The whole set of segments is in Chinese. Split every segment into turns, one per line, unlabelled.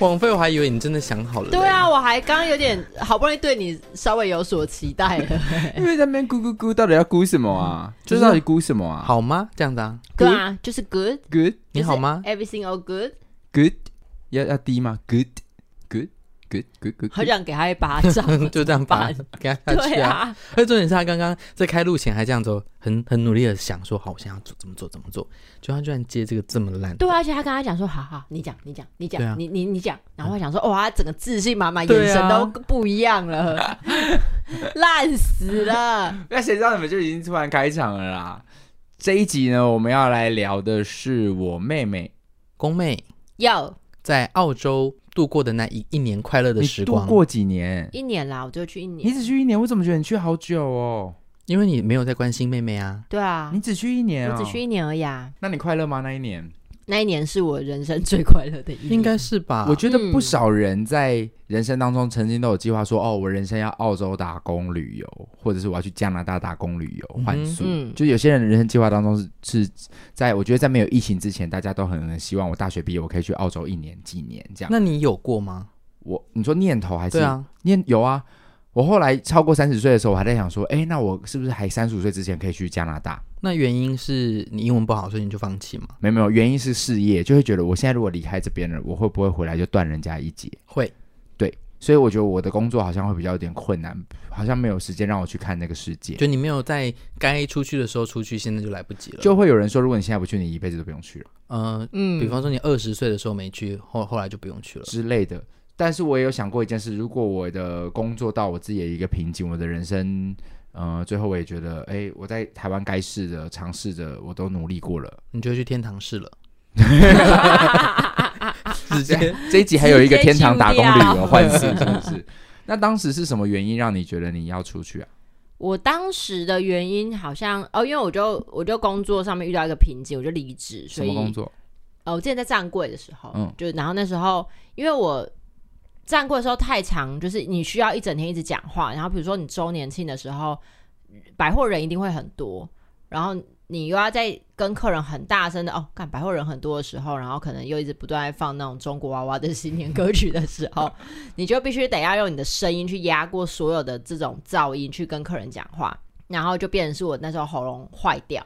枉费我还以为你真的想好了。
对，啊，我还刚刚有点好不容易对你稍微有所期 待了。
因为在那边咕咕咕，到底要咕什么啊？就是到底咕什么啊？
嗯好吗？这样子啊，
对啊，就是 good，
，good
你好吗？
？Everything all good，
good，要要低吗？good good good good good，
好想给他一巴 掌。
就这样吧，给他下去
对
啊。
啊，
而且重点是他刚刚在开路前还这样子哦，很很努力的想说，好，我想要做怎么做怎么做，就他居然接这个这么烂。
对啊，而且他跟他讲说，好好，你讲，你讲，你讲，
对啊
你你你讲，然后我想说，哇，他整个自信满满，
对啊
眼神都不一样了，
啊
烂死了。
啊那谁知道你们就已经突然开场了啦？这一集呢，我们要来聊的是我妹妹，
宫妹
有
在澳洲度过的那一一年快乐的
你
时
度
光，
过几年？
一年啦，我就去一年
你。只去一年，我怎么觉得你去好久哦？
因为你没有在关心妹妹啊。
对啊
你，只去一年、哦，
我只去一年而已啊。
那你快乐吗？那一年，
那一年是我人生最快乐的一年，
应该是吧？
我觉得
嗯
不少人在人生当中曾经都有计划说，哦，我人生要澳洲打工旅游，或者是我要去加拿大打工旅游
嗯哼
换宿。
嗯
就有些人的人生计划当中是是在我觉得在没有疫情之前，大家都很希望我大学毕业我可以去澳洲一年几年这样。
那你有过吗？
我你说念头还是
对啊，
念有啊？我后来超过三十岁的时候，我还在想说，哎，那我是不是还三十五岁之前可以去加拿大？
那原因是你英文不好，所以你就放弃嘛？
没有没有，原因是事业，就会觉得我现在如果离开这边了，我会不会回来就断人家一截？
会，
所以我觉得我的工作好像会比较有点困难，好像没有时间让我去看那个世界。
就你没有在该出去的时候出去，现在就来不及了。
就会有人说，如果你现在不去，你一辈子都不用去了
呃，
嗯
比方说你二十岁的时候没去，后后来就不用去了。
之类的。但是我也有想过一件事，如果我的工作到我自己的一个瓶颈，我的人生，呃，最后我也觉得，哎、我在台湾该试的、尝试的，我都努力过了。
你就去天堂市 了。直接
这一集还有一个天堂打工旅游换
直
宿，是不是？那当时是什么原因让你觉得你要出去啊？
我当时的原因好像哦，因为我就我就工作上面遇到一个瓶颈，我就离职，
什
所以
么工作？
呃，我之前在站柜的时候，
嗯
就然后那时候因为我站柜的时候太长，就是你需要一整天一直讲话，然后比如说你周年庆的时候，百货人一定会很多，然后你又要在跟客人很大声的哦，看百货人很多的时候，然后可能又一直不断地放那种中国娃娃的新年歌曲的时候，你就必须得要用你的声音去压过所有的这种噪音去跟客人讲话，然后就变成是我那时候喉咙坏掉。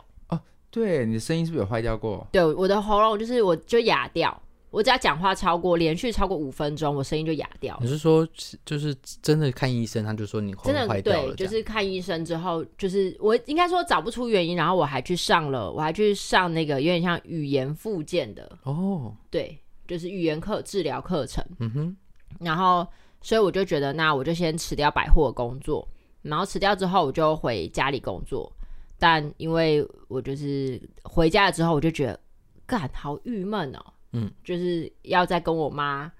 对，你的声音是不是有坏掉过？
对，我的喉咙就是我就哑掉，我只要讲话超过连续超过五分钟，我声音就哑掉
你。是说，就是真的看医生，他就说你喉
真
咙
的
坏掉
对，
了，这
就
样
是看医生之后，就是我应该说找不出原因，然后我还去上了，我还去上那个有点像语言复健的，
哦，
对，就是语言课治疗课程。
嗯哼，
然后，所以我就觉得，那我就先辞掉百货的工作，然后辞掉之后，我就回家里工作。但因为我就是回家了之后，我就觉得，干好郁闷哦，
嗯，
就是要再跟我妈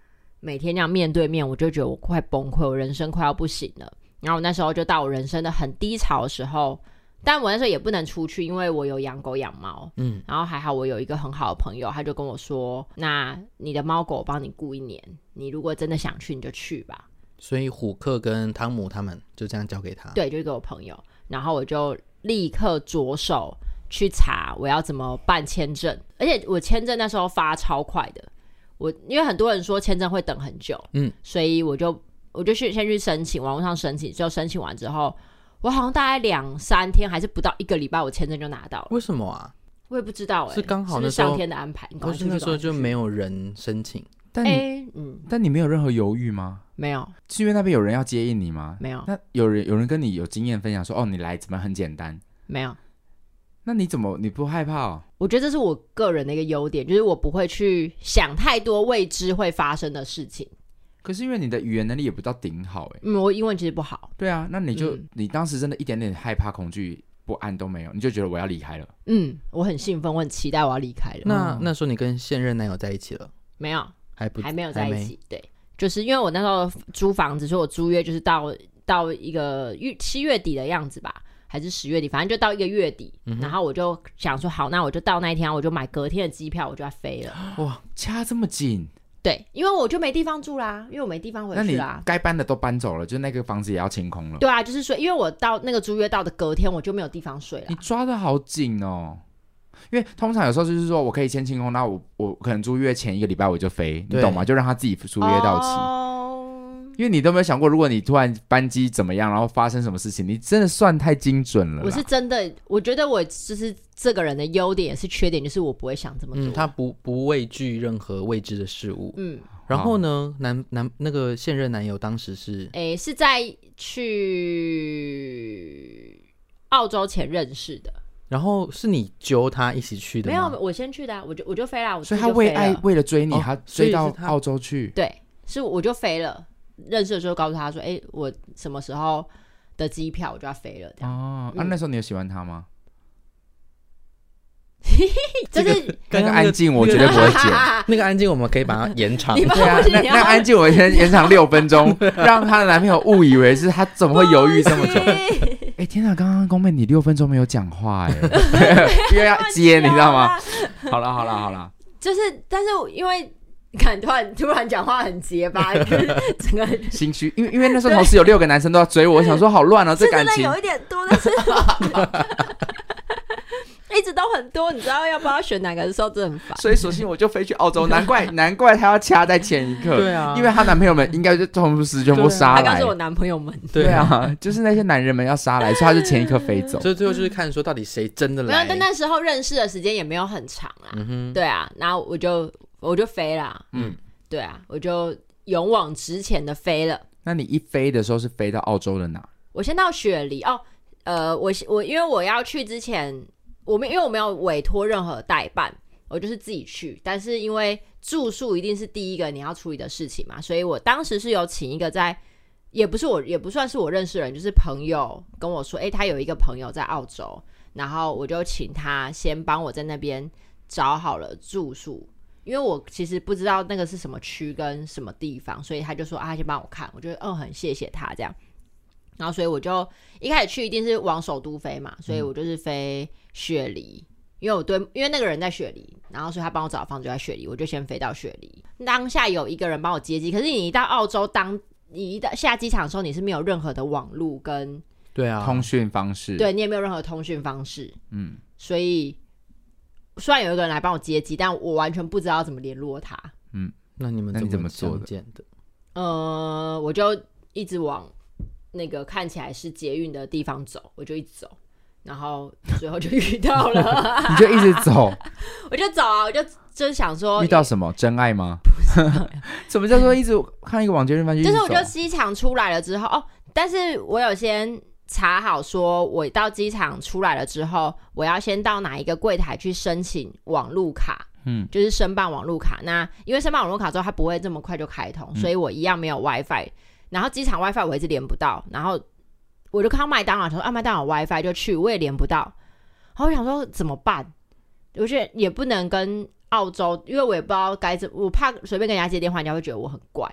每天这样面对面，我就觉得我快崩溃，我人生快要不行了。然后我那时候就到我人生的很低潮的时候，但我那时候也不能出去，因为我有养狗养猫，
嗯，
然后还好我有一个很好的朋友，他就跟我说：“那你的猫狗我帮你顾一年，你如果真的想去你就去吧。
所以虎克跟汤姆他们就这样交给他。，
对，就是给我朋友，然后我就立刻着手去查我要怎么办签证，而且我签证那时候发超快的，我因为很多人说签证会等很久，
嗯，
所以我就我就去先去申请，网络上申请，之后申请完之后，我好像大概两三天还是不到一个礼拜，我签证就拿到了，
为什么啊？
我也不知道哎、
是刚好
是不
那
是
时候
上天的安排，你赶快
不是
出去
那时候
赶快
就
出去
没有人申请，
但
哎、
你、
嗯，
但你没有任何犹豫吗？
没有，
是因为那边有人要接应你吗？
没有，
那有人有人跟你有经验分享说，哦，你来怎么很简单？
没有。
那你怎么你不害怕、哦？
我觉得这是我个人的一个优点，就是我不会去想太多未知会发生的事情。
可是因为你的语言能力也不到顶好哎。
嗯，我英文其实不好。
对啊，那你就、
嗯
你当时真的一点点害怕、恐惧、不安都没有，你就觉得我要离开了。
嗯，我很兴奋，我很期待我要离开了。
那
嗯
那时候你跟现任男友在一起了，
没有，
还不
还没有在一起。对，就是因为我那时候租房子，所以我租约就是到到一个月七月底的样子吧，还是十月底，反正就到一个月底。然后我就想说，好，那我就到那一天，我就买隔天的机票，我就要飞了。
哇，掐这么紧，
对，因为我就没地方住啦，因为我没地方回
那
去
你
啦。
该搬的都搬走了，就那个房子也要清空了。
对啊，就是说，因为我到那个租约到的隔天，我就没有地方睡了
你。抓的好紧哦，因为通常有时候就是说我可以先清空，那我我可能租约前一个礼拜我就飞，你
对
懂吗？就让他自己租约到期。
哦
因为你都没有想过，如果你突然班机怎么样，然后发生什么事情，你真的算太精准了啦。
我是真的，我觉得我就是这个人的优点也是缺点，就是我不会想这么多。
嗯，他不不畏惧任何未知的事物。
嗯，
然后呢，男男那个现任男友当时是
诶、是在去澳洲前认识的，
然后是你揪他一起去的
没
吗？
有，我先去的啊、我就我就飞啦，我
所以
自
他
己就
为
飞
爱
了
为了追你，
哦
他
所以
追
是
到
他
澳洲去。
对，是我就飞了。认识的时候告诉他说，诶，我什么时候的机票我就要飞了，这样。
哦，那、
嗯
那时候你有喜欢他吗？
就
这个
是
那
刚
个
刚
安静我绝对不 会剪。
那个安静，我们可以把它延长
你。把
对啊
我，
那
你
那安静，我先延长六分 钟，让她的男朋友误以为是她怎么会犹豫这么久？
久，
哎、天哪，刚刚宫妹你六分钟没有讲话哎、 又要接你知道吗？？
啊
好了好了好了，
就是，但是我因为感突然突然讲话很结巴， 就是整个
心虚，因为因为那时候同时有六个男生都要追我，我想说好乱哦，这
是
感
真的
情
有一点多，但是 一直都很多，你知道要不要选哪个的时候真的很烦。
所以索性我就飞去澳洲，难怪难怪她要掐在前一刻，
对啊
因为她男朋友们应该就同时全部
对啊
杀
他刚
来
是，我男朋友们，
对啊，
啊，就是那些男人们要杀来，所以她就前一刻飞走。嗯
所以最后就是看说到底谁真的
啊没有
来。，
但那时候认识的时间也没有很长啊。
嗯哼，
对啊，然后我就我就飞啦，
嗯
嗯，对啊，我就勇往直前的飞了。
那你一飞的时候是飞到澳洲的哪？
我先到雪梨哦，呃，我我因为我要去之前，我们因为我没有委托任何代办，我就是自己去。但是因为住宿一定是第一个你要处理的事情嘛，所以我当时是有请一个在，也不是我，也不算是我认识的人，就是朋友跟我说，诶，他有一个朋友在澳洲，然后我就请他先帮我在那边找好了住宿。因为我其实不知道那个是什么区跟什么地方，所以他就说啊，他先帮我看，我就嗯很谢谢他这样。然后所以我就一开始去一定是往首都飞嘛，所以我就是飞雪梨，因为我对因为那个人在雪梨，然后所以他帮我找的房子就在雪梨，我就先飞到雪梨。当下有一个人帮我接机，可是你一到澳洲当。你一到下机场的时候，你是没有任何的网路跟
对啊，
通讯方式，
对你也没有任何通讯方式，
嗯，
所以虽然有一个人来帮我接机，但我完全不知道怎么联络他。
那你们
那你怎么做
相
的
见的？
呃，我就一直往那个看起来是捷运的地方走，我就一直走，然后最后就遇到 了，
你就一直走，
我就走啊，我就就是想说
遇，到什么真 爱吗？ 什么叫做一直看一个往捷运方向
就
一直
是
走？
我就机场出来了之后，哦，但是我有先查好，说我到机场出来了之后，我要先到哪一个柜台去申请网路卡。
嗯，
就是申办网路卡。那因为申办网路卡之后，它不会这么快就开通，
嗯
所以我一样没有 WiFi。然后机场 WiFi 我一直连不到，然后我就看到麦当劳，想说啊，麦当劳 WiFi 就去，我也连不到。然后我想说怎么办？我觉得也不能跟澳洲，因为我也不知道该怎，我怕随便跟人家接电话，人家会觉得我很怪，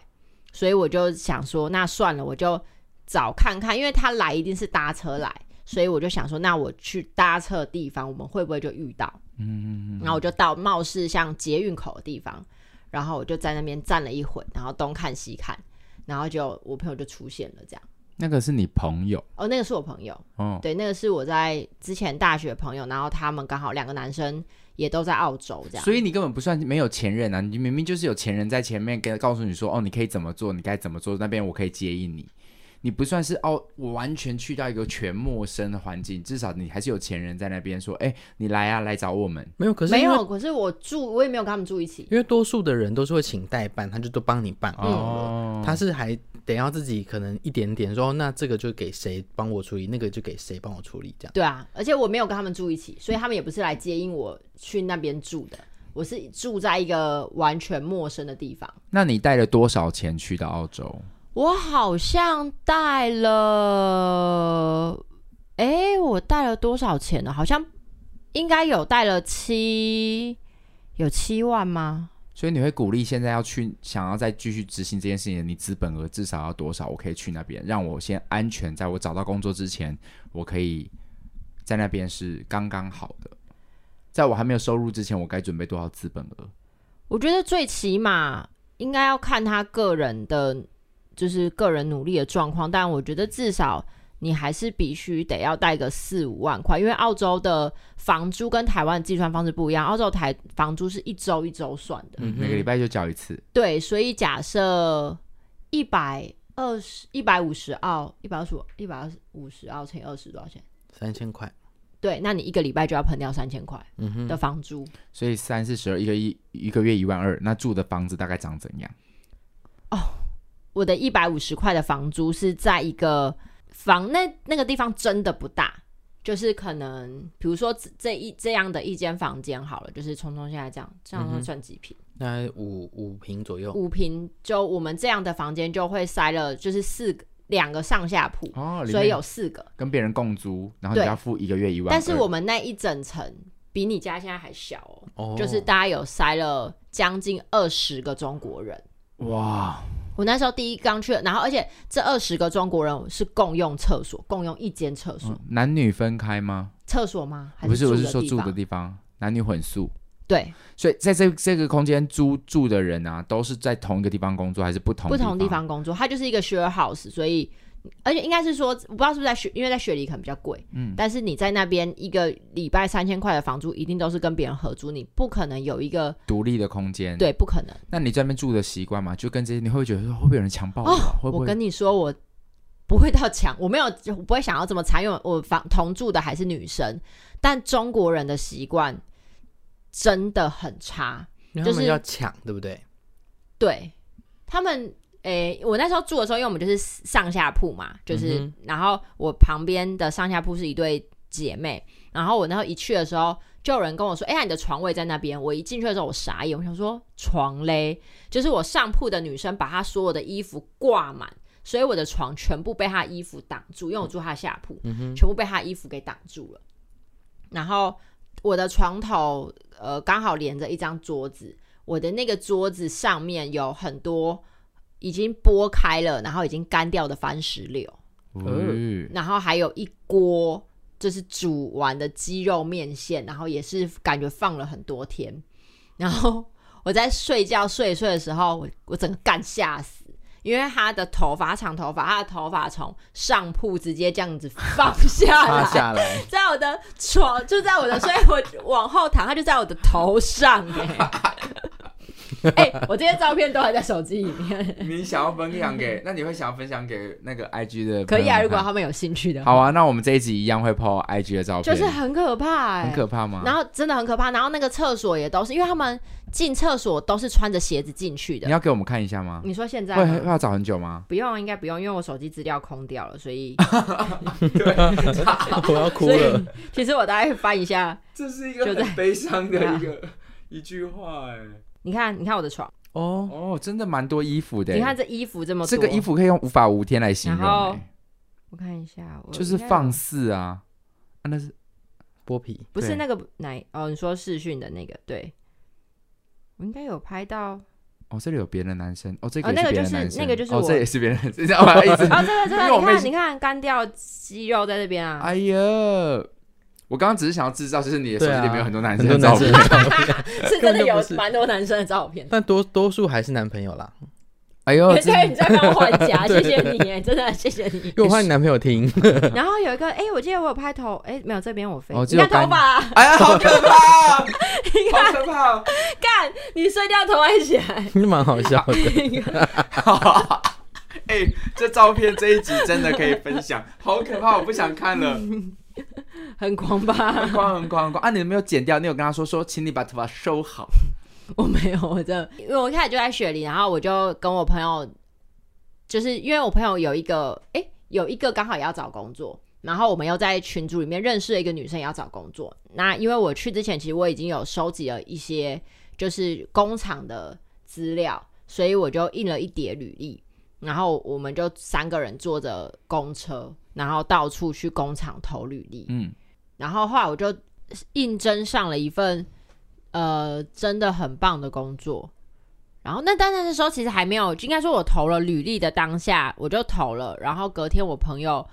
所以我就想说，那算了，我就找看看，因为他来一定是搭车来，所以我就想说，那我去搭车的地方，我们会不会就遇到？嗯，然后我就到貌似像捷运口的地方，然后我就在那边站了一会，然后东看西看，然后就我朋友就出现了，这样。
那个是你朋友
哦，那个是我朋友，
哦，
对，那个是我在之前大学朋友，然后他们刚好两个男生也都在澳洲，这样。
所以你根本不算没有前任啊！你明明就是有前人在前面跟告诉你说，哦，你可以怎么做，你该怎么做，那边我可以接应你。你不算是哦，我完全去到一个全陌生的环境，至少你还是有前人在那边说，哎，你来啊，来找我们。
没有，可是
没
因为
有，可是我住我也没有跟他们住一起，
因为多数的人都是会请代办，他就都帮你
嗯
办好了。
哦，
他是还得要自己可能一点点说，哦那这个就给谁帮我处理，那个就给谁帮我处理，这样。
对啊，而且我没有跟他们住一起，所以他们也不是来接应我去那边住的，我是住在一个完全陌生的地方。
那你带了多少钱去到澳洲？
我好像带了，诶，我带了多少钱呢？好像应该有带了七，有七万吗？
所以你会鼓励现在要去想要再继续执行这件事情，你资本额至少要多少？我可以去那边，让我先安全，在我找到工作之前，我可以在那边是刚刚好的。在我还没有收入之前，我该准备多少资本额？
我觉得最起码应该要看他个人的，就是个人努力的状况。但我觉得至少你还是必须得要带个四五万块，因为澳洲的房租跟台湾的计算方式不一样，澳洲台房租是一周一周算的，
嗯哼
每个礼拜就缴一次，
对，所以假设一百二十、一百五十澳、一百二十五、一百五十澳乘以二十多少钱？
三千块，
对，那你一个礼拜就要喷掉三千块
嗯哼，
的房租。
所以三四十二一个一一个月一万二，那住的房子大概长怎样？
我的一百五十块的房租是在一个房那那个地方真的不大，就是可能比如说这这一这样的一间房间好了，就是匆匆现在这样，这
嗯
样算几平？
大概五五平左右，
五平就我们这样的房间就会塞了，就是四个两个上下铺，
哦，里
所以
面
有四个。
跟别人共租，然后
对
你要付一个月一万二。
但是我们那一整层比你家现在还小哦，
哦，
就是大概有塞了将近二十个中国人。
哇，
我那时候第一刚去，然后而且这二十个中国人是共用厕所，共用一间厕所，
嗯男女分开吗？
厕所吗？还
不是，我是
的
说
地
住的
方
地哦方，男女混宿。
对，
所以在这这个空间租住的人啊，都是在同一个地方工作，还是不同
不同地？方工作，它就是一个 share house，所以而且应该是说，我不知道是不是在雪，因为在雪梨可能比较贵，嗯，但是你在那边一个礼拜三千块的房租，一定都是跟别人合租，你不可能有一个
独立的空间。，
对，不可能。
那你在那边住的习惯嘛，就跟这些，你会不会觉得说会不会有人强暴我啊？会不
我
会
跟你说，我不会到抢， 我没有，我不会想要这么惨，因为我房同住的还是女生，但中国人的习惯真的很差，
因为他
就
们
是
要抢，对不 对？
对他们。诶、我那时候住的时候，因为我们就是上下铺嘛，就是，
嗯
然后我旁边的上下铺是一对姐妹，然后我那时候一去的时候，就有人跟我说：“哎、呀，你的床位在那边。”我一进去的时候，我傻眼，我想说床嘞，就是我上铺的女生把她所有的衣服挂满，所以我的床全部被她衣服挡住，因为我住她下铺，全部被她衣服给挡住了。然后我的床头呃刚好连着一张桌子，我的那个桌子上面有很多已经剥开了，然后已经干掉的番石榴。
嗯
然后还有一锅就是煮完的鸡肉面线，然后也是感觉放了很多天。然后 我在睡觉睡一睡的时候，我我整个干吓死，因为他的头发他长头发，他的头发从上铺直接这样子放下
趴
来，
下来，
在我的床就在我的，所以我往后躺，他就在我的头上 哎、哎、我这些照片都还在手机里面，
你想要分享给，那你会想要分享给那个 IG 的？
可以啊，如 果他们有兴趣的话，
好啊，那我们这一集一样会 po IG 的照
就
片，
是很可啊怕、哎。
很可怕吗？
然后真的很可怕。然后那个厕所也都是，因为他们进厕所都是穿着鞋子进去的。
你要给我们看一下吗？
你说现嗯在
会
吗
会要找很久吗？
不用，应该不用，因为我手机资料空掉了，所 以
我要哭
所以
了。
其实我大概翻一下。
这是一
个就在很
悲伤
的一
个一句话哎。
你看，你看我的床，
哦，
哦，真的蛮多衣服的欸。
你看这衣服这么多，
这个衣，服可以用无法无天来形容
然后
欸，
我看一下，我
就是
应该有
放肆啊，啊那是
剥 皮，
不是
对
那个哪哦？你说视讯的那个，对，我应该有拍到
哦，这里有别的男生，哦，这个
哦
也是
那个
别的
就是
男生
那个就是
哦，
我
这也是别人，这样我一 直，
哦，这个这
因为
个，
我
你
妹
看
是
你看干掉肌肉在这边啊，
哎呀，我刚刚只是想要制造，就是你的手
对
机
啊
里面有很多男
很
生
多
的
男
照
生
片，，
是真的
根本就
有
不是
蛮多男生的照 片。
但多多数还是男朋友啦。
哎
哦
呦，这
对，你在帮我换 夹，谢谢你耶，真的谢谢你。
因为我怕你男朋友听，
然后有一个，哎、我记得我有拍头，哎、没有，这边我飞，
哦只
你
有
看头发啊、
哎呀，好可怕，好可怕。
干，你睡觉头歪起来，
蛮哎好笑的。
哎、这照片这一集真的可以分享，好可怕，我不想看了。
嗯很狂吧？
很光很光很光啊！你没有剪掉，你有跟他说说，请你把头发收好。
我没有，我真的，因为我一开始就在雪梨，然后我就跟我朋友，就是因为我朋友有一个，哎、有一个刚好也要找工作，然后我们又在群组里面认识了一个女生也要找工作。那因为我去之前，其实我已经有收集了一些就是工厂的资料，所以我就印了一叠履历，然后我们就三个人坐着公车，然后到处去工厂投履历。
嗯，
然后后来我就应征上了一份呃真的很棒的工作，然后那但那时候其实还没有，应该说我投了履历的当下我就投了，然后隔天我朋友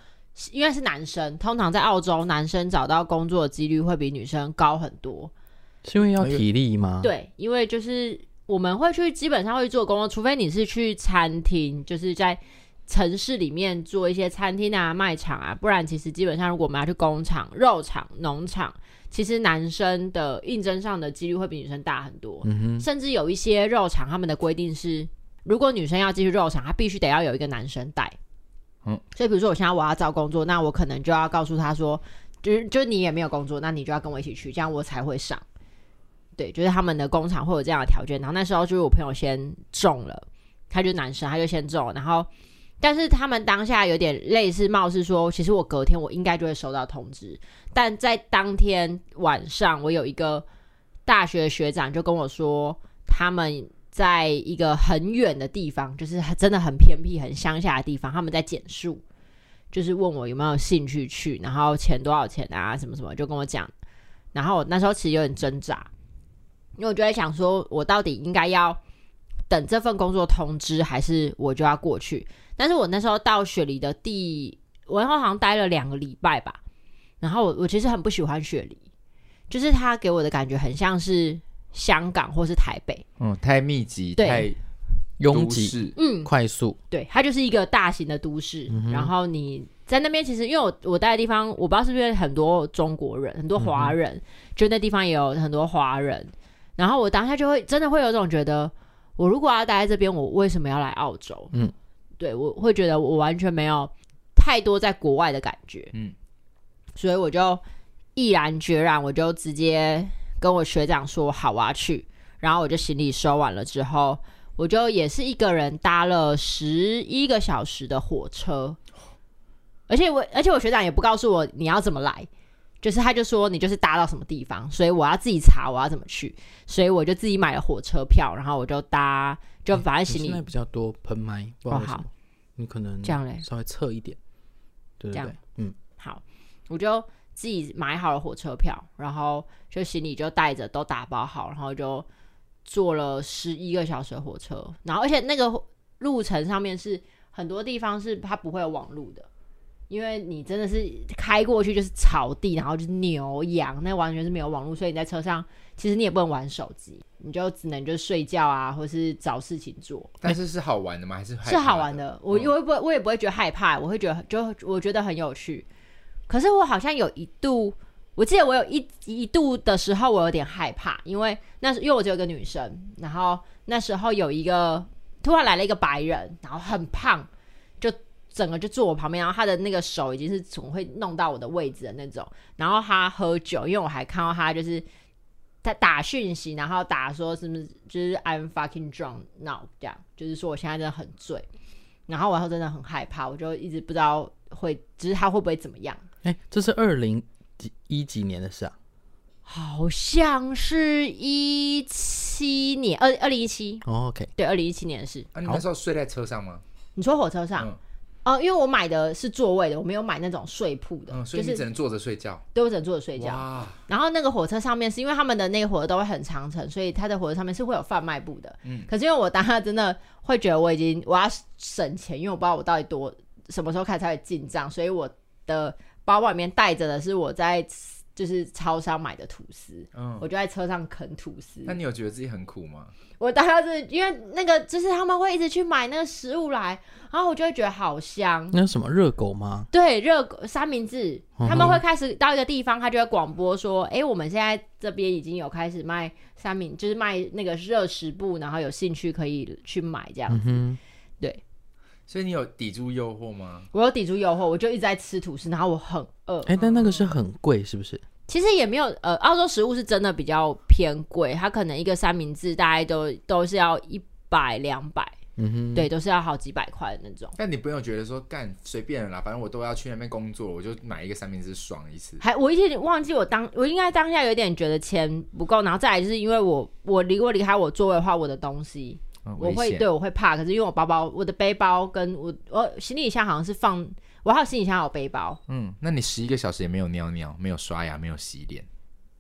因为是男生，通常在澳洲男生找到工作的几率会比女生高很多，
是因为要体力吗？，
对，因为就是我们会去基本上会去做工作，除非你是去餐厅，就是在城市里面做一些餐厅啊、卖场啊，不然其实基本上如果我们要去工厂、肉厂、农场，其实男生的应征上的几率会比女生大很多。
嗯哼，
甚至有一些肉厂他们的规定是，如果女生要进去肉厂，她必须得要有一个男生带。
嗯，
所以比如说我现在我要找工作，那我可能就要告诉他说，就是就是你也没有工作，那你就要跟我一起去，这样我才会上。对，就是他们的工厂会有这样的条件。然后那时候就是我朋友先中了，他就是男生，他就先中了，然后。但是他们当下有点类似，貌似说，其实我隔天我应该就会收到通知，但在当天晚上，我有一个大学的学长就跟我说，他们在一个很远的地方，就是真的很偏僻、很乡下的地方，他们在减数，就是问我有没有兴趣去，然后钱多少钱啊，什么什么，就跟我讲。然后我那时候其实有点挣扎，因为我就在想说，我到底应该要等这份工作通知，还是我就要过去？但是我那时候到雪梨的第，我那时候好像待了两个礼拜吧。然后我我其实很不喜欢雪梨，就是它给我的感觉很像是香港或是台北，
哦
嗯，太密集，
对
太
拥
都
挤、
市
嗯，
快速，
对，它就是一个大型的都市。然后你在那边，其实因为我我待的地方，我不知道是不是很多中国人，很多华人，就那地方也有很多华人。然后我当下就会真的会有种觉得，我如果要待在这边，我为什么要来澳洲？
嗯，
对我会觉得我完全没有太多在国外的感觉。
嗯，
所以我就毅然决然，我就直接跟我学长说好，我要去。然后我就行李收完了之后，我就也是一个人搭了十一个小时的火车，而且我而且我学长也不告诉我你要怎么来，就是他就说你就是搭到什么地方，所以我要自己查我要怎么去，所以我就自己买了火车票，然后我就搭，就反正行
哎你现在
李
比较多喷麦，不知道为什么
哦好
你可能
这样嘞
稍微侧一点，
这
对对
样
对，嗯，
好，我就自己买好了火车票，然后就行李就带着都打包好，然后就坐了十一个小时的火车，然后而且那个路程上面是很多地方是它不会有网路的。因为你真的是开过去就是草地，然后就是牛羊，那完全是没有网络，所以你在车上其实你也不能玩手机，你就只能就是睡觉啊，或是找事情做。
但是是好玩的嗯吗？还是害
是好
怕
玩？的，我因为不会我也不会觉得害怕，我会觉得就我觉得很有趣。可是我好像有一度，我记得我有一一度的时候，我有点害怕，因为那时因为我只有一个女生，然后那时候有一个突然来了一个白人，然后很胖，就整个就坐我旁边，然后他的那个手已经是总会弄到我的位置的那种。然后他喝酒，因为我还看到他就是他打讯息，然后打说是不是就是 I'm fucking drunk now 这样，就是说我现在真的很醉。然后我后真的很害怕，我就一直不知道会，就是他会不会怎么样。
哎、这是二零几一几年的事啊？
好像是一七年，二二零一七，
哦，OK，
对，二零一七年的事。
啊，你那时候睡在车上吗？
你说火车上，
嗯
哦、因为我买的是座位的，我没有买那种睡铺的，
嗯，所
就
以你
是
只能坐着睡觉。
对我只能坐着睡觉。
哇，
然后那个火车上面是因为他们的那个火车都会很长程，所以他的火车上面是会有贩卖部的。
嗯
可是因为我当下真的会觉得我已经我要省钱，因为我不知道我到底多什么时候开始才会进账，所以我的包包里面带着的是我在就是超商买的吐司，
嗯，
我就在车上啃吐司。
那你有觉得自己很苦吗？
我当下是因为那个就是他们会一直去买那个食物来，然后我就会觉得好香。
那是什么热狗吗？
对，热狗三明治，
嗯哼
他们会开始到一个地方，他就会广播说：“哎、我们现在这边已经有开始卖三明，就是卖那个热食部，然后有兴趣可以去买这样。
嗯哼，
所以你有抵住诱惑吗？
我有抵住诱惑，我就一直在吃吐司，然后我很饿。
哎、但那个是很贵，是不是？
其实也没有，呃，澳洲食物是真的比较偏贵，它可能一个三明治大概都都是要一百两百，
嗯哼，
对，都是要好几百块的那种。
但你不用觉得说干随便了啦，反正我都要去那边工作，我就买一个三明治爽一次。
还我有点忘记我当我应该当下有点觉得钱不够，然后再来就是因为我我离我离开我座位的话，我的东西
嗯
我
危
会
险。
对我会怕，可是因为我包包、我的背包跟我我行李箱好像是放，我还有行李箱还有背包，
嗯，那你十一个小时也没有尿尿，没有刷牙，没有洗脸，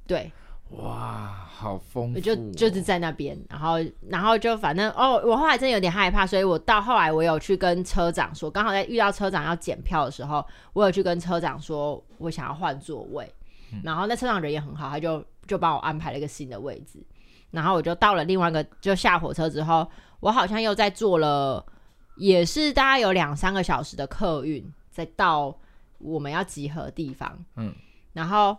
对
哇，好丰富
我
哦，
就就是在那边，然后然后就反正哦，我后来真的有点害怕，所以我到后来我有去跟车长说，刚好在遇到车长要检票的时候，我有去跟车长说我想要换座位，
嗯
然后那车长人也很好，他就就帮我安排了一个新的位置，然后我就到了另外一个，就下火车之后，我好像又在坐了也是大概有两三个小时的客运，再到我们要集合的地方，
嗯，
然后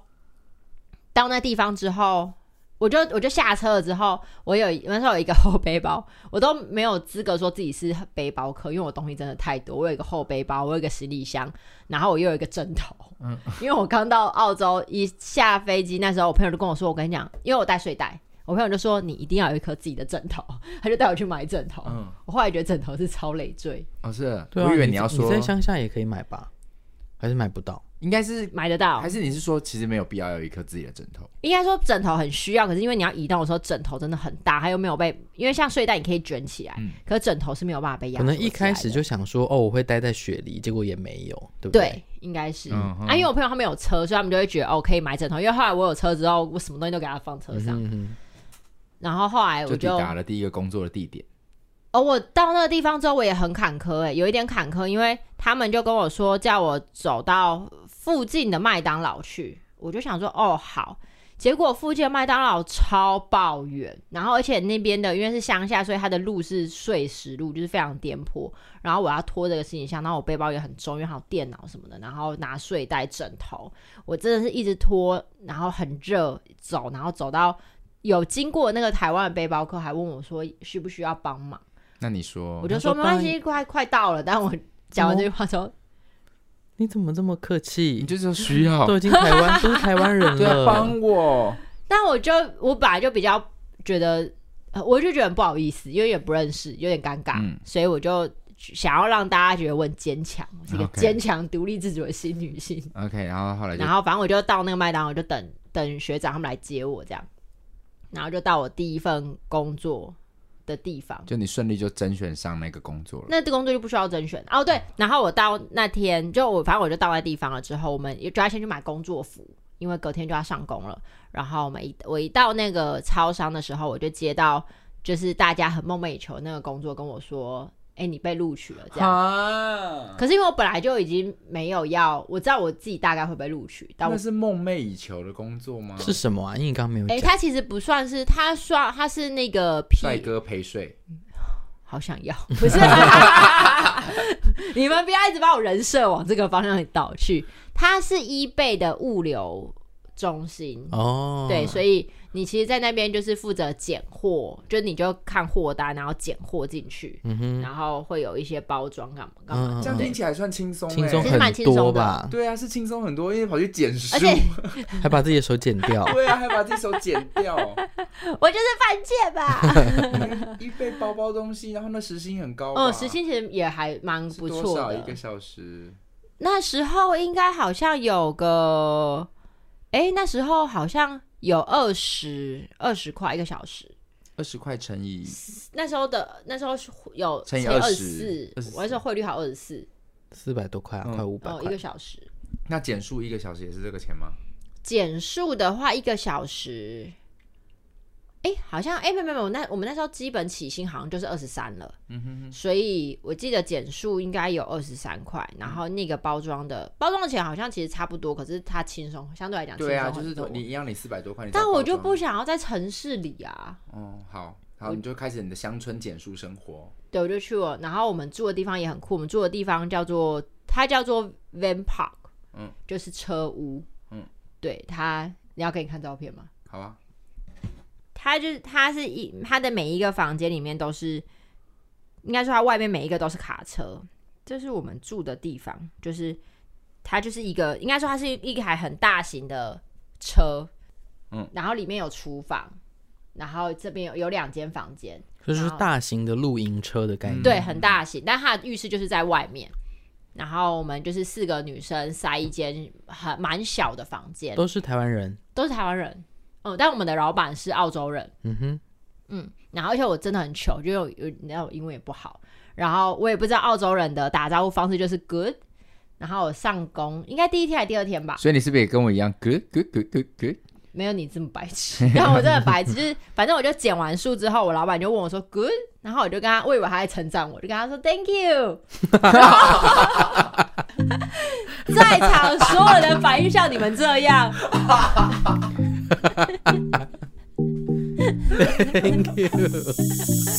到那地方之后。我就我就下车了之后，我有那时候有一个后背包，我都没有资格说自己是背包客，因为我东西真的太多。我有一个后背包，我有一个行李箱，然后我又有一个枕头。嗯，因为我刚到澳洲一下飞机，那时候我朋友就跟我说，我跟你讲，因为我带睡袋，我朋友就说你一定要有一颗自己的枕头，他就带我去买枕头。
嗯，
我后来觉得枕头是超累赘，
哦是，
对啊，
我以为
你
你要
在
说
你在乡下也可以买吧，还是买不到？
应该是
买得到
还。是你是说其实没有必要有一颗自己的枕头？
应该说枕头很需要，可是因为你要移动的时候，枕头真的很大，它又没有被，因为像睡袋你可以卷起来，
嗯
可是枕头是没有办法被压
可
缩起来
能
的。
一开始就想说，哦，我会待在雪梨，结果也没有，对不
对，应该是、
嗯哼
啊，因为我朋友他们有车，所以他们就会觉得哦，可以买枕头。因为后来我有车之后，我什么东西都给他放车
嗯
上。
哼嗯
然后后哎来我
就抵
就
达了第一个工作的地点，
哦，我到那个地方之后，我也很坎坷哎、有一点坎坷，因为他们就跟我说叫我走到附近的麦当劳去，我就想说哦好。结果附近的麦当劳超爆远，然后而且那边的因为是乡下，所以它的路是碎石路，就是非常颠簸。然后我要拖这个行李箱，然后我背包也很重，因为还有电脑什么的，然后拿睡袋、枕头，我真的是一直拖，然后很热走，然后走到有经过那个台湾的背包客还问我说需不需要帮忙。
那你说
我就
他
说
说
没关
帮
系，快快到了。但我讲完这句话之后，
你怎么这么客
你
气？
就是说需 要
都已经台湾都是台湾人
对啊，
了，
帮我，
但我就我本来就比较觉得，呃我就觉得很不好意思，因为也不认识，有点尴尬，
嗯
所以我就想要让大家觉得我很坚强，我是一个
OK
坚强、独立自主的新女性。
OK，然后后来就
然后反正我就到那个麦当劳，就等等学长他们来接我这样，然后就到我第一份工作的地方。
就你顺利就甄选上那个工作了，
那这工作就不需要甄选哦。对，然后我到那天就我反正我就到那地方了之后，我们就要先去买工作服，因为隔天就要上工了。然后我们一我一到那个超商的时候，我就接到就是大家很梦寐以求的那个工作跟我说：“哎、你被录取了。”这样。
啊，
可是因为我本来就已经没有要，我知道我自己大概会被录取，但我
那是梦寐以求的工作吗？
是什么啊？因为你刚刚没有
哎、
讲，
他其实不算是，他算他是那个 P
帅哥陪睡，
好想 要， 不是？你们不要一直把我人设往这个方向里倒去。它是一倍的物流中心，
哦，
对，所以你其实，在那边就是负责拣货，就你就看货单，然后拣货进去，
嗯哼，
然后会有一些包装干嘛干嘛。
嗯
这样听起来算轻松欸，
轻松
其实蛮
很
轻松的
多吧？
对啊，是轻松很多，因为跑去捡书
而，且嗯
还把自己的手剪 掉
，对啊，还把这手剪掉，
我就是犯贱吧。
一背包包东西，然后那时薪很高吧，
嗯，时薪其实也还蛮
是
不
多
错
少一
的
个。小时？
那时候应该好像有个，哎、那时候好像有二十二十块一个小时。
二十块乘以
那时候的那时候是有
乘以
二
20
四，我那时候汇率好二十四，
四百多块啊，
嗯
快五百
哦，一
块
个。小时。
那减数一个小时也是这个钱吗？
减速的话，一个小时，哎、好像哎、没有没有没有，那我们那时候基本起薪好像就是二十三了，
嗯哼哼，
所以我记得减速应该有二十三块，
嗯
然后那个包装的包装的钱好像其实差不多，可是它轻松，相对来讲轻
对
松
啊，就
很
是
多
你一样，你四百多块，你找
但我
包
就
装
不想要在城市里啊，
哦，好，好，你就开始你的乡村简述生活。
对，我就去了。然后我们住的地方也很酷，我们住的地方叫做它叫做 Van Park，
嗯，
就是车屋，
嗯，
对它，你要给你看照片吗？
好啊，
它就是它是一它的每一个房间里面都是，应该说它外面每一个都是卡车，这是我们住的地方，就是它就是一个，应该说它是一台很大型的车，
嗯，
然后里面有厨房，然后这边有有两间房间，
就是大型的露营车的
嗯
概念，
嗯对，很大型，但它的浴室就是在外面。然后我们就是四个女生塞一间很蛮小的房间，
都是台湾 人。
都是台湾人。嗯，但我们的老板是澳洲人。
嗯哼，
嗯，然后而且我真的很糗，就有有你知道我英文也不好，然后我也不知道澳洲人的打招呼方式就是 good。然后我上工应该第一天还是第二天吧，
所以你是不是也跟我一样？Good, good, good, good, good。
没有你这么白痴， 然后我真的白痴，就是反正我就剪完数之后，我老板就问我说 good，然后我就跟他，我以为他在称赞我，就跟他说 thank you。在场所有人反应像你们这样，
Thank you。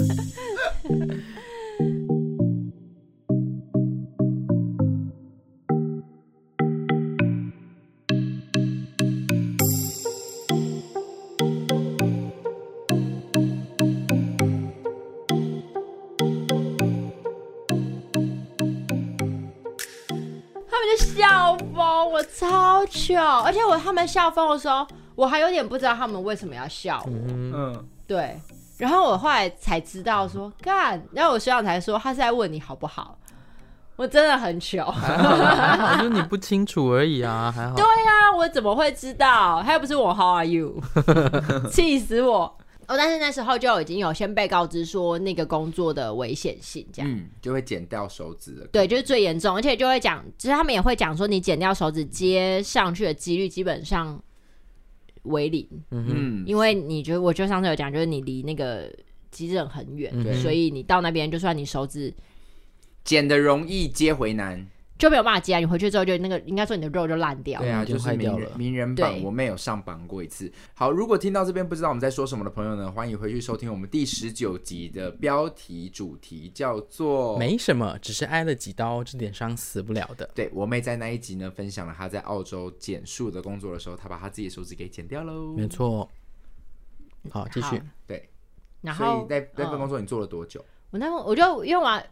他们就笑疯，我超糗，而且我他们笑疯的时候，我还有点不知道他们为什么要笑我。
嗯，
对，然后我后来才知道说，干，然后我学长才说他是在问你好不好，我真的很糗。
还好，啊就是你不清楚而已啊，还好
对。啊，我怎么会知道？他又不是我 How are you？气死我！哦，但是那时候就已经有先被告知说那个工作的危险性，这样、
嗯，就会剪掉手指的。
对，就是最严重，而且就会讲，其实他们也会讲说，你剪掉手指接上去的几率基本上为零，
嗯，
因为你觉得，我就上次有讲，就是你离那个急诊很远，
嗯
所以你到那边就算你手指
剪的容易，接回难。
就没有办法接啊，你回去之后就那个应该说你的肉就烂掉了。
对啊，
已经
就是
坏掉
名
了
人名人榜，
对
我妹有上榜过一次。好，如果听到这边不知道我们在说什么的朋友呢，欢迎回去收听我们第十九集的标题主题叫做
没什么，只是挨了几刀，这点伤死不了的。
对我妹在那一集呢，分享了她在澳洲剪树的工作的时候，她把她自己的手指给剪掉喽。
没错。好，继续
好。
对，
然
所
后
以在在份
嗯
工作你做了多久？
我那我就因为我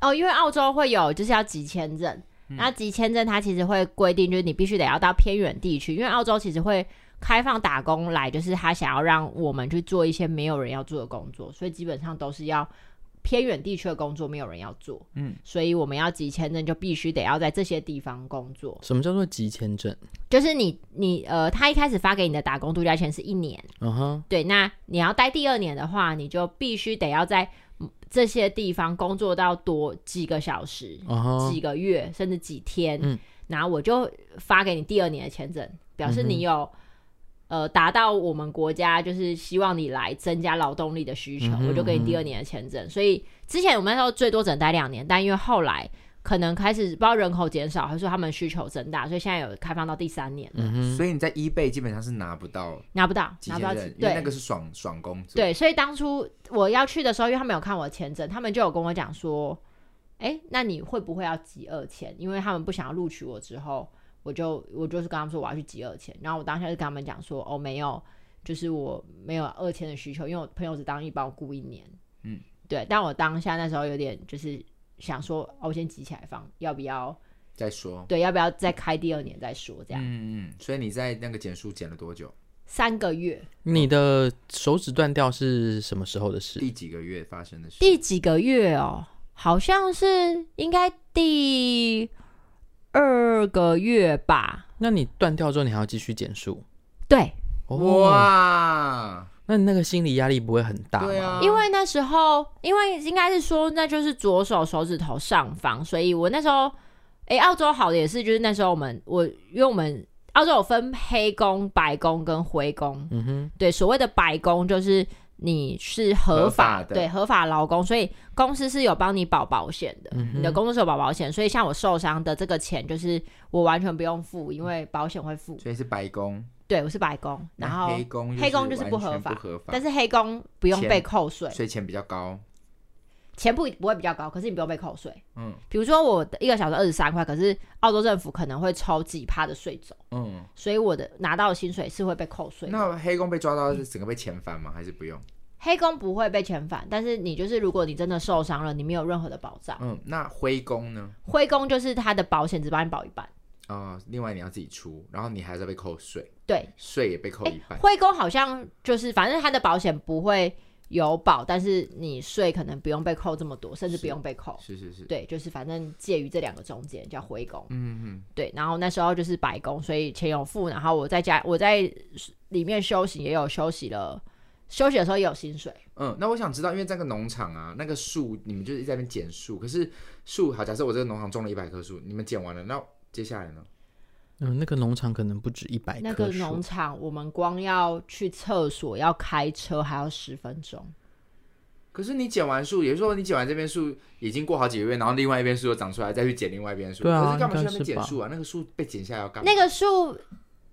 哦，因为澳洲会有就是要集签证，然后集签证它其实会规定就是你必须得要到偏远地区，因为澳洲其实会开放打工来，就是他想要让我们去做一些没有人要做的工作，所以基本上都是要。偏远地区的工作没有人要做，
嗯
嗯，所以我们要集签证就必须得要在这些地方工作。
什么叫做急签证？
就是你你呃，他一开始发给你的打工度假签是一年，
嗯哼，
对，那你要待第二年的话，你就必须得要在嗯这些地方工作到多几个小时、
嗯哼，
几个月，甚至几天。
嗯
然后我就发给你第二年的签证，表
嗯
示你有、呃达到我们国家就是希望你来增加劳动力的需求，
嗯哼
我就给你第二年的签证。所以之前我们那时候最多只能待两年，但因为后来。可能开始不知道人口减少，还是说他们需求增大，所以现在有开放到第三年，
嗯哼，
所以你在 eBay 基本上是拿不到
拿不到，
几
拿
千
不到
人，因为
对
那个是爽爽工作。，
对，所以当初我要去的时候，因为他们有看我的签证，他们就有跟我讲说，哎、那你会不会要集二签？因为他们不想要录取我之后，我就我就是跟他们说我要去集二签，然后我当下就跟他们讲说，哦，没有，就是我没有二签的需求，因为我朋友只当一帮我雇一年，
嗯，
对，但我当下那时候有点就是想说，哦，我先集起来放，要不要？
再说。
对，要不要再开第二年再说？这样、
嗯嗯，所以你在那个剪树剪了多久？
三个月，
你的手指断掉是什么时候的事？
第几个月发生的事？
第几个月哦？好像是应该第二个月吧？
那你断掉之后，你还要继续减数？
对，
哇，
哇，
那你那个心理压力不会很大吗？
对啊，
因为那时候，因为应该是说那就是左手手指头上方，所以我那时候，诶，澳洲好的也是，就是那时候我们我因为我们澳洲有分黑工、白工跟灰工，
嗯哼，
对，所谓的白工就是你是合
合
法
法的
对合法劳工，所以公司是有帮你保保险的，
嗯哼
你的工作是有保保险，所以像我受伤的这个钱就是我完全不用付，因为保险会付。
所以是白工，
对，我是白工，然后
那黑工
黑工就是
是
不
不
合法
不合法，
但是黑工不用
钱
被扣税，
所以钱比较高。
钱不不会比较高，可是你不用被扣税。
嗯
比如说我的一个小时二十三块，可是澳洲政府可能会抽几趴的税走，
嗯，
所以我的拿到的薪水是会被扣税的。
那黑工被抓到是整个被遣返吗？还是不用？
黑工不会被遣返，但是你就是如果你真的受伤了，你没有任何的保障。
嗯，那灰工呢？
灰工就是他的保险只帮你保一半，
啊、另外你要自己出，然后你还是要被扣税，
对，
税也被扣一半。
灰工好像就是反正他的保险不会有保，但是你税可能不用被扣这么多，甚至
是
不用被扣。
是是是，
哎对，就是反正介于这两个中间叫灰工，
嗯嗯
对。然后那时候就是白工，所以钱有付，然后我在家我在里面休息也有休息了，休息的时候也有薪水。
嗯。那我想知道，因为这个农场啊，那个树你们就是一直在那边剪树，可是树好，假设我这个农场种了一百棵树，你们剪完了，那接下来呢？
嗯，那个农场可能不止一百
那
棵
个
树，
农场，我们光要去厕所、要开车还要十分钟。
可是你剪完树，也就是说你剪完这边树已经过好几个月，然后另外一边树又长出来，再去剪另外一边树。
对啊
可是干嘛去那
应
边
该是吧
剪树啊？那个树被剪下来要干嘛？
那个树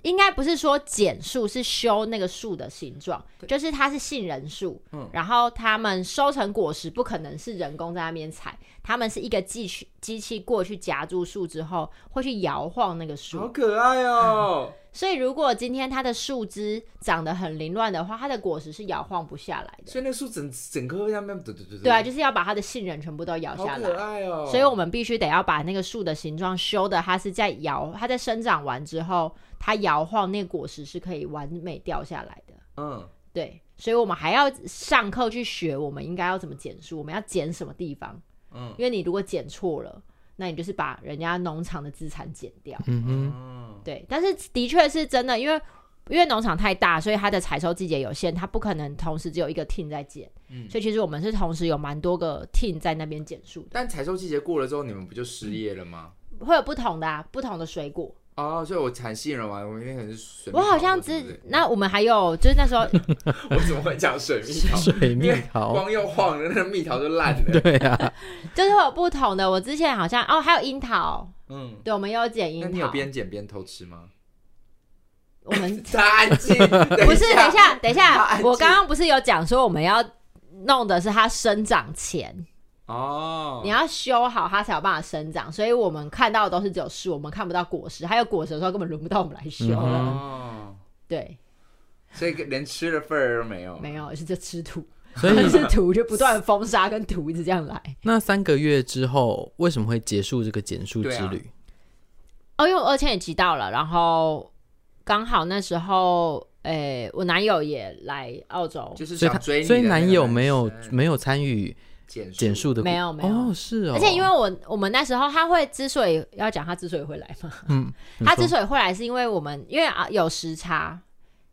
应该不是说剪树，是修那个树的形状，就是它是杏仁树，
嗯
然后他们收成果实不可能是人工在那边采，他们是一个机器机器过去夹住树之后，会去摇晃那个
好
树，
可爱哦、
所以如果今天它的树枝长得很凌乱的话，它的果实是摇晃不下来的。
所以那个树整整棵会在那边，对对对
对啊，就是要把它的杏仁全部都摇
好
下
可
来。
爱哦、
所以我们必须得要把那个树的形状修的，它是在摇，它在生长完之后，它摇晃那个果实是可以完美掉下来的。
嗯，
对，所以我们还要上课去学，我们应该要怎么剪树，我们要剪什么地方。
嗯，
因为你如果剪错了，那你就是把人家农场的资产剪掉。
嗯哼，
嗯
对，但是的确是真的，因为因为农场太大，所以它的采收季节有限，它不可能同时只有一个 team 在剪。
嗯
所以其实我们是同时有蛮多个 team 在那边剪树的。
但采收季节过了之后，你们不就失业了吗？
会有不同的啊，不同的水果。
哦，所以我产杏仁丸，我明天可能是水蜜
我
桃
好像
或什么
知
之，类
那我们还有就是那时候
的我怎么会讲水蜜
嗯
桃？
水蜜
因为
桃，
光又晃了，那蜜桃就烂了。
对啊，
就是会有不同的，我之前好像哦还有樱桃，
嗯，
对，我们也有剪樱
那
桃。
你有边剪边偷吃吗？
我 们
安静，不
不是，等一，下，等一
好
下
安，静
我刚刚不是有讲说我们要弄的是它生长前，
哦，
你要修好它才有办法生长，所以我们看到的都是只有树，我们看不到果实，还有果实的时候根本轮不到我们来修。
嗯哼
哦，
对，
所以连吃的份儿都没有，
没有，是这 吃土，
所以
是土，就不断地封杀跟土一直这样来。
那三个月之后为什么会结束这个减速
对
之
啊
旅？
哦，因为我二千也急到了，然后刚好那时候，诶、我男友也来澳洲，
就是
所以
想
他
追你
所以
的那个
男友没有
男生
没有参与
减
减
速，
速的过，
没有没有
哦，是哦，
而且因为我我们那时候他会之所以要讲他之所以会来嘛，
嗯，你
他
说
之所以会来是因为我们因为啊有时差，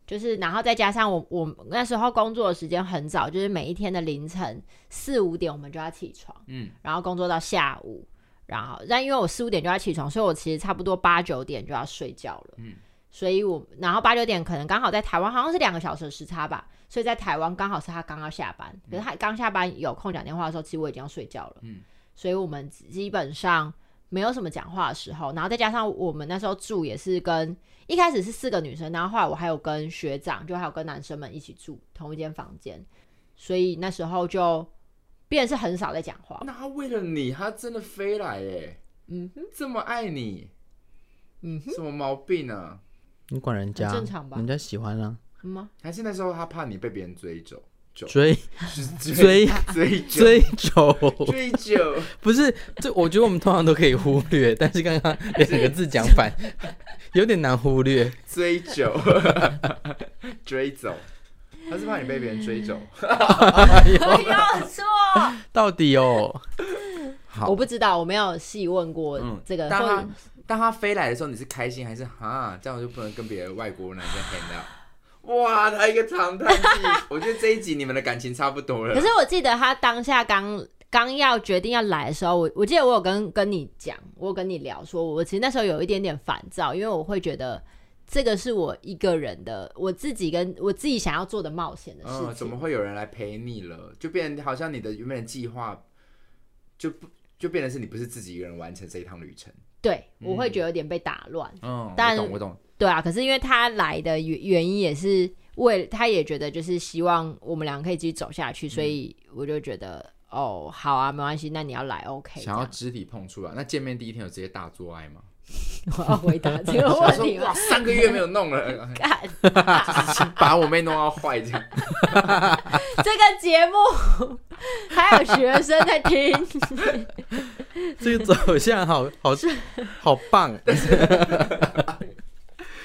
就是然后再加上我我那时候工作的时间很早，就是每一天的凌晨四五点我们就要起床，
嗯，
然后工作到下午，然后但因为我四五点就要起床，所以我其实差不多八九点就要睡觉了，
嗯
所以我然后八九点可能刚好在台湾好像是两个小时的时差吧，所以在台湾刚好是他刚要下班，可是他刚下班有空讲电话的时候，其实我已经要睡觉了，
嗯
所以我们基本上没有什么讲话的时候，然后再加上我们那时候住也是跟一开始是四个女生，然后后来我还有跟学长，就还有跟男生们一起住同一间房间，所以那时候就变得是很少在讲话，
那他为了你，他真的飞来耶，
嗯哼，
这么爱你，
嗯，
什么毛病啊？
你管人家啊
很正常吧
人家喜欢啊，
嗯 吗？
还是那时候他怕你被别人追走，走
追
追
追
追走
追求，
追酒，
不是这，我觉得我们通常都可以忽略， 但是刚刚两个字讲反， 有点难忽略。
追酒，追走，他是怕你被别人追走。
没有错，
到底哦，好
我不知道，我没有细问过
嗯
这个。
当
或
他当他飞来的时候，你是开心还是哈？这样我就不能跟别的外国男生 hang out。哇，他一个长叹气。 我觉得这一集你们的感情差不多了。
可是我记得他当下刚刚要决定要来的时候，我我记得我有跟跟你讲，我有跟你聊说，我其实那时候有一点点烦躁，因为我会觉得这个是我一个人的，我自己跟我自己想要做的冒险的事情。
嗯，怎么会有人来陪你了？就变成好像你的原本的计划就不就变成是你不是自己一个人完成这一趟旅程。
对，
嗯
我会觉得有点被打乱。
嗯，
但
我懂，我懂。
对啊，可是因为他来的原原因也是为他也觉得就是希望我们两个可以继续走下去，
嗯
所以我就觉得哦，好啊，没关系，那你要来 OK 这
想要
样。
肢体碰触啊？那见面第一天有直接大做爱吗？
我要回答这个
想
问
说
题
哇，
吗？
三个月没有弄了，
看
把我妹弄到坏这样。
这个节目还有学生在 听，
这个走向好好好棒，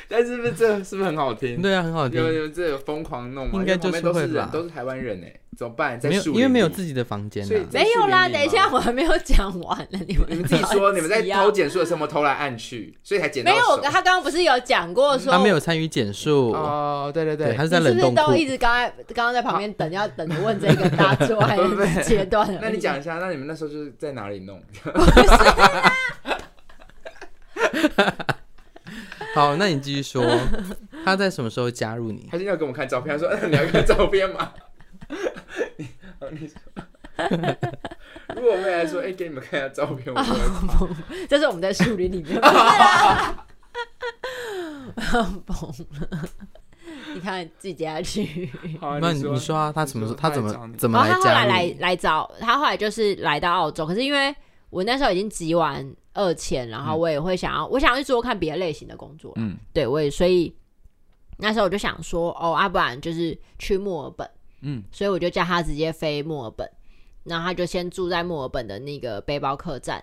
但是不是这是不是很好听？
对啊，很好
有
听。
有这有疯狂弄吗？
应该
因为旁边
就是
都
会
是
吧
人，都是台湾人哎，怎么办？在
没有，
树林
因为没有
里
自己的房间
所以
啊。
没有啦，
在树林里吗
等一下我还没有讲完呢，你们
你们自己说，你们在
自己啊
偷捡树的时候有没有偷来暗去，所以才捡到
没有？我
手。嗯啊
他刚刚不是有讲过说
他没有参与减速，
哦，对对
对，他
对，
是在
你是
冷
不是
冻库
都。一直刚才刚刚在旁边等，要等着问这个大 作还
不不
是阶段而已？
啊那你讲一下，那你们那时候就是在哪里弄？
好，那你继续 说，他在什么时候加入你？
他今天要给我们看照片，他 说：“哎你要看照片吗？” 你，你说，如果未来说，哎、给你们看一下照片，我会
这是我们在树林里面，不是啦 疯了！你看自己接下去。
好
那你你说啊，他什么时候？他怎
他来找
么
你
怎
然
么
哦后他后
加
来
入
来
你？
来找他，后来就是来到澳洲，可是因为我那时候已经集完二千，然
嗯
后我也会想要，我想要去做看别的类型的工作，
嗯
对我也所以那时候我就想说，哦，啊，不然就是去墨尔本，
嗯，
所以我就叫他直接飞墨尔本，然后他就先住在墨尔本的那个背包客栈。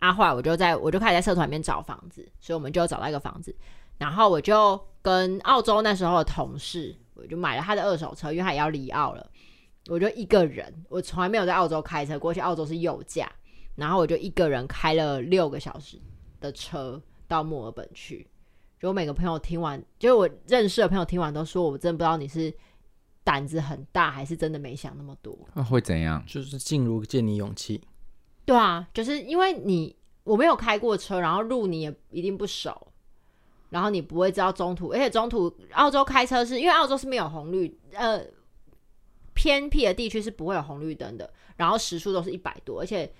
啊，后来我就在我就开始在社团里面找房子，所以我们就找到一个房子，然后我就跟澳洲那时候的同事，我就买了他的二手车，因为他也要离澳了，我就一个人，我从来没有在澳洲开车过去，澳洲是右驾，然后我就一个人开了六个小时的车到墨尔本去。就我每个朋友听完，就是我认识的朋友听完都说，我真的不知道你是胆子很大，还是真的没想那么多。
那会怎样？
就是进入见你勇气，
对啊，就是因为你我没有开过车，然后路你也一定不熟，然后你不会知道中途，而且中途澳洲开车是因为澳洲是没有红绿，呃，偏僻的地区是不会有红绿灯的，然后时速都是一百多，而且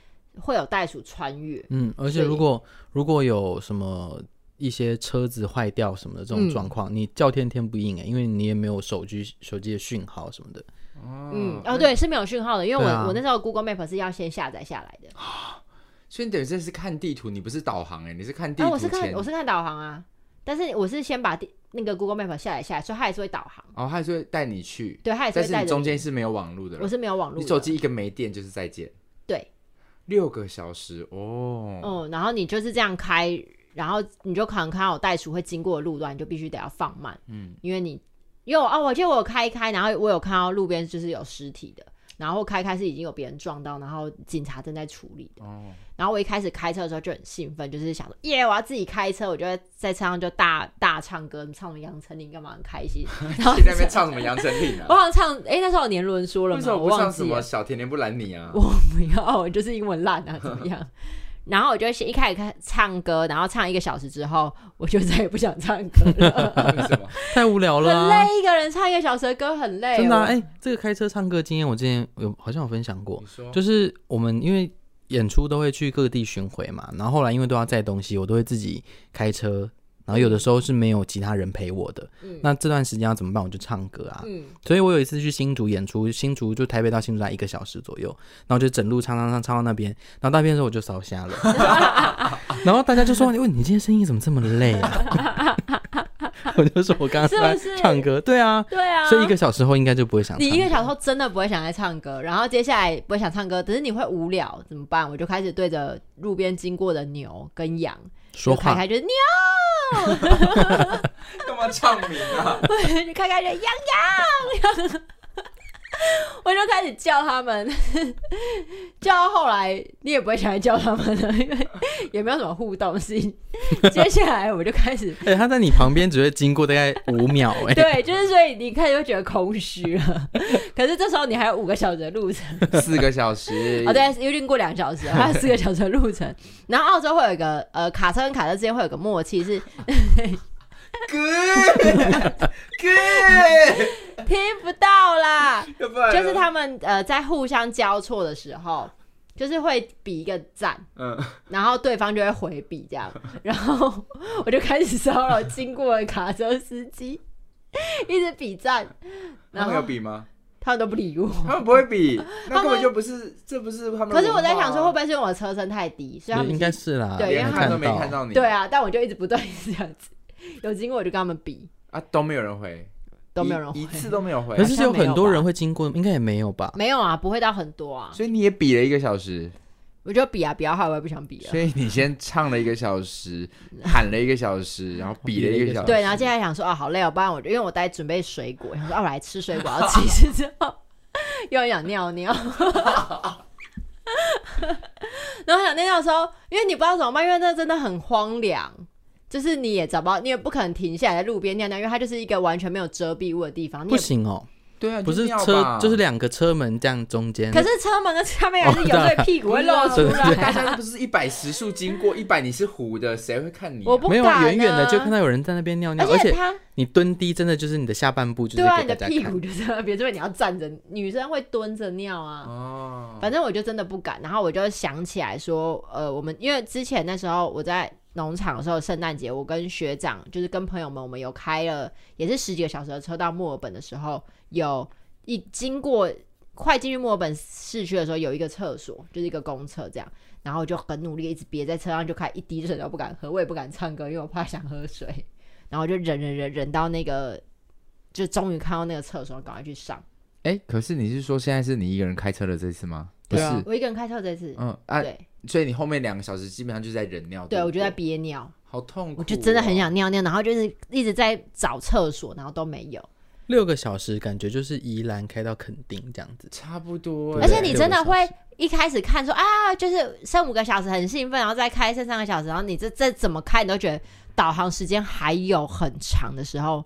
会有袋鼠穿越。
嗯，而且
对
如果如果有什么一些车子坏掉什么的这种
嗯
状况，你叫天天不应哎、因为你也没有手机手机的讯号什 么的。
嗯，哦，对，是没有讯号的，因为我、
对啊
我那时候 Google Map 是要先下载下来的。
所以你等于这是看地图，你不是导航哎、你是看地
啊，
图
我是看
前。
我是看导航啊，但是我是先把地那个 Google Map 下载下来，所以它也是会导航，
哦，他还是会带你去，
对，它也是
但
会
是
带
你
着
中
你。
间是没有网路的了
我是没有网络，
你手机一个没电就是再见。
对，
六个小时哦，
嗯，然后你就是这样开，然后你就可能看到有袋鼠会经过的路段，你就必须得要放慢，嗯，因为你因为我哦，我记得我有开一开，然后我有看到路边就是有尸体的，然后开一开是已经有别人撞到，然后警察正在处理的，
哦，
然后我一开始开车的时候就很兴奋，就是想说耶，我要自己开车，我就会在车上就大大唱歌，唱什么杨丞琳干嘛很开心， 然 后
你在那边唱什么杨丞琳
我
啊？
好像唱，哎、那时候有年轮说了
为
吗？
什么
我
不唱
忘
什
记
么
了，
小甜甜布兰妮啊？
我不要，我就是英文烂啊，怎么样？然后我就先一开始开唱歌，然后唱一个小时之后，我就再也不想唱歌 了，
为什么？
太无聊
很
了、啊，
累，一个人唱一个小时的歌很累。哦
真的啊
我
哎、这个开车唱歌经验我之前有好像有分享过
你，说，
就是我们因为演出都会去各地巡回嘛，然后后来因为都要载东西，我都会自己开车，然后有的时候是没有其他人陪我的，
嗯
那这段时间要怎么办？我就唱歌啊。
嗯，
所以我有一次去新竹演出，新竹就台北到新竹大概一个小时左右，然后就整路唱唱唱唱到那边，然后到那边的时候我就烧瞎了， 然后大家就说：“问你今天声音怎么这么累啊？” 我就说：“我刚刚
是不
在
是
唱歌。”对啊，
对啊，
所以一个小时后应该就不会想唱
你
歌。
一个小时后真的不会想再唱歌，然后接下来不会想唱歌，只是你会无聊，怎么办？我就开始对着路边经过的牛跟羊
说
就开
话
开就是牛，
干嘛唱名 啊？
就开开就羊羊羊，我就开始叫他们， 叫到后来你也不会想来叫他们了，因为 也没有什么互动性。接下来我就开始，
哎、他在你旁边只会经过大概五秒、哎，
对，就是所以你开始会觉得空虚了。 可是这时候你还有五个小时的路程，
四个小时。
哦，对，有点过两小时，啊还有四个小时的路程。然后澳洲会有一个呃，卡车跟卡车之间会有个默契是
，good good，
听不到啦，
要不然呢
就是，他们呃在互相交错的时候，就是会比一个赞，
嗯，
然后对方就会回避 这样，然后 我就开始骚扰经过的卡车司机， 一直比赞，
嗯他
然
们有
后
比吗？
他们都不理我。
他们不会比，那
他
根
们
本就不是，这不是他们的文化啊。
可是我在想说，会不会是因为我的车身太低，所以他们
应该是啦，
对因
连
为
没
他
看
们
都没
到
看到你？
对啊，但我就一直不断一直这样子， 有经过我就跟他们比，
啊，都没有人回，
都没有人
一一
回，
次都没有回
可，是
好像
有
没有
很多人
吧
会经过，应该也没有吧？
没有啊，不会到很多啊。
所以你也比了一个小时，
我就比啊比啊，后来我也不想比了
所。以你先唱了一个小 时，喊了一个小时，然后比了一个小时，
对，然后接下来想说啊，好累哦，不然我就因为我在准备水果，想说啊，我来吃水 果，然后吃一吃之后又很想尿尿， 然后想尿尿的时候，因为你不知道怎么办，因为那真的很荒凉，就是你也找不到，你也不可能停下来在路边尿尿，因为它就是一个完全没有遮蔽物的地方，你
不
也
行哦，
对啊，
不是
就尿
车
吧
就是两个车门这样中间。
可是车门跟下面还是有，
哦对啊
所以屁股会露出
真 的
大
来。
家不是一百时速经过，一百你是糊的，谁会看你啊、
我不
没有
敢
远远的
啊
就看到有人在那边尿尿，
而
而
且
且
他
你蹲低真的就是你的下半部就是
对啊，
给
你的
大家
屁
看
股。就在那边，这边你要站着，女生会蹲着尿啊。
哦，
反正我就真的不敢，然后我就想起来说，呃，我们因为之前那时候我在农场的时候，圣诞节我跟学长就是跟朋友们，我们有开了也是十几个小时的车到墨尔本的时候，有一经过快进去墨尔本市区的时候，有一个厕所，就是一个公厕这样，然后我就很努力地一直憋在车上，就开一滴水都不敢喝，我也不敢唱歌，因为我怕想喝水，然后我就忍忍忍忍到那个，就终于看到那个厕所，赶快去上。
哎、可是你是说现在是你一个人开车的这次吗？不
对
是，
啊我一个人开车这次，
嗯啊，
对
所以你后面两个小时基本上就在忍尿。
对，
不
我就在憋尿。
好痛苦、啊
我就真的
哦
很。想尿尿，然后就是一直在找厕所，然后都没有。
六个小时感觉就是宜兰开到垦丁这样子，
差不多欸，
而且你
六
真
个
的
小
会
时
一开始看说啊，就是剩五个小时很兴奋，然后再开剩三个小时，然后你这这怎么开你都觉得导航时间还有很长的时候，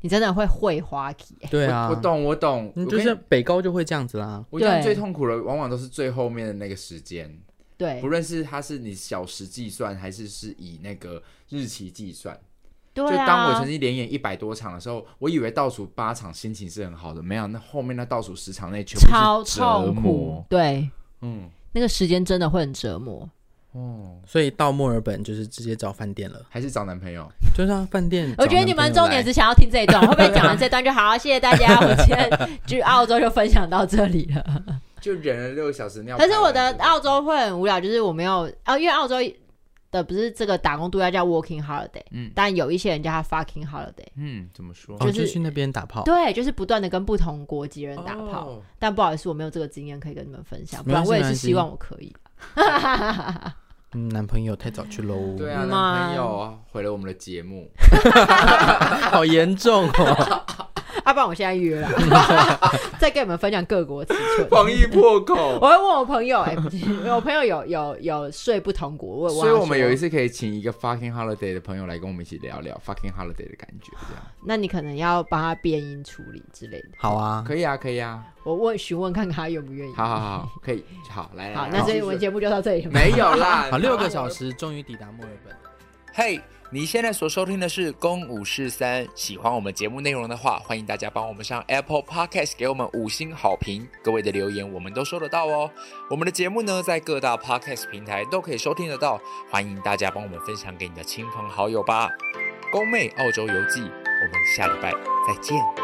你真的会会花期、欸。
对啊，
我，我懂，我懂，
嗯
我
就
跟
是
你
北高就会这样子啦。
我觉得
对
最痛苦的，往往都是最后面的那个时间，
对
不论是它是你小时计算，还是是以那个日期计算。
对
就当我
啊
曾，经连演一百多场的时候，我以为倒数八场心情是很好的，没有，那后面那倒数十场内全部
超
是折
痛苦
磨。。
对，
嗯，
那个时间真的会很折磨。
哦，
所以到墨尔本就是直接找饭店了，
还是找男朋友。
就是啊，饭店。
我觉得你们重点只想要听这一段，会不会讲完这段就好？谢谢大家，我今天去澳洲就分享到这里了。
就忍了六个小时尿。
但是我的澳，洲会很无聊，就是我没有啊，因为澳洲的不是这个打工度假叫 working holiday，
嗯
但有一些人叫它 fucking holiday，
嗯，怎么说？
哦，
就是
就去那边打炮。
对，就是不断的跟不同国籍人打炮。
哦
但不好意思，我没有这个经验可以跟你们分享，不
没关
然
系
我也
没
是
关系
希望我可以。
嗯，男朋友太早去喽。
对啊，
嗯
男朋友毁了我们的节目。
好严重 哦。
要、啊不然我现在约了，再跟你们分享各国词蠢。
防疫破口。
我会问我朋友、哎，我朋友有有有睡不同国， 我
所以我们有一
次，
次可以请一个 fucking holiday 的朋友来跟我们一起聊聊 fucking holiday 的感觉，这样
那你可能要帮他变音处理之类的。
好啊，
可以啊，可以啊，
我问询问看看他愿不愿意。
好好好，可以，好来来，
好，
来
那所以我们
继续
节目就到这里了。
没有啦，
好，六个小时终于抵达墨尔本。
嘿你现在所收听的是《公五是三》，喜欢我们节目内容的话，欢迎大家帮我们上 Apple Podcast 给我们五星好评，各位的留言我们都收得到哦。我们的节目呢，在各大 Podcast 平台都可以收听得到，欢迎大家帮我们分享给你的亲朋好友吧。公妹澳洲游记，我们下礼拜再见。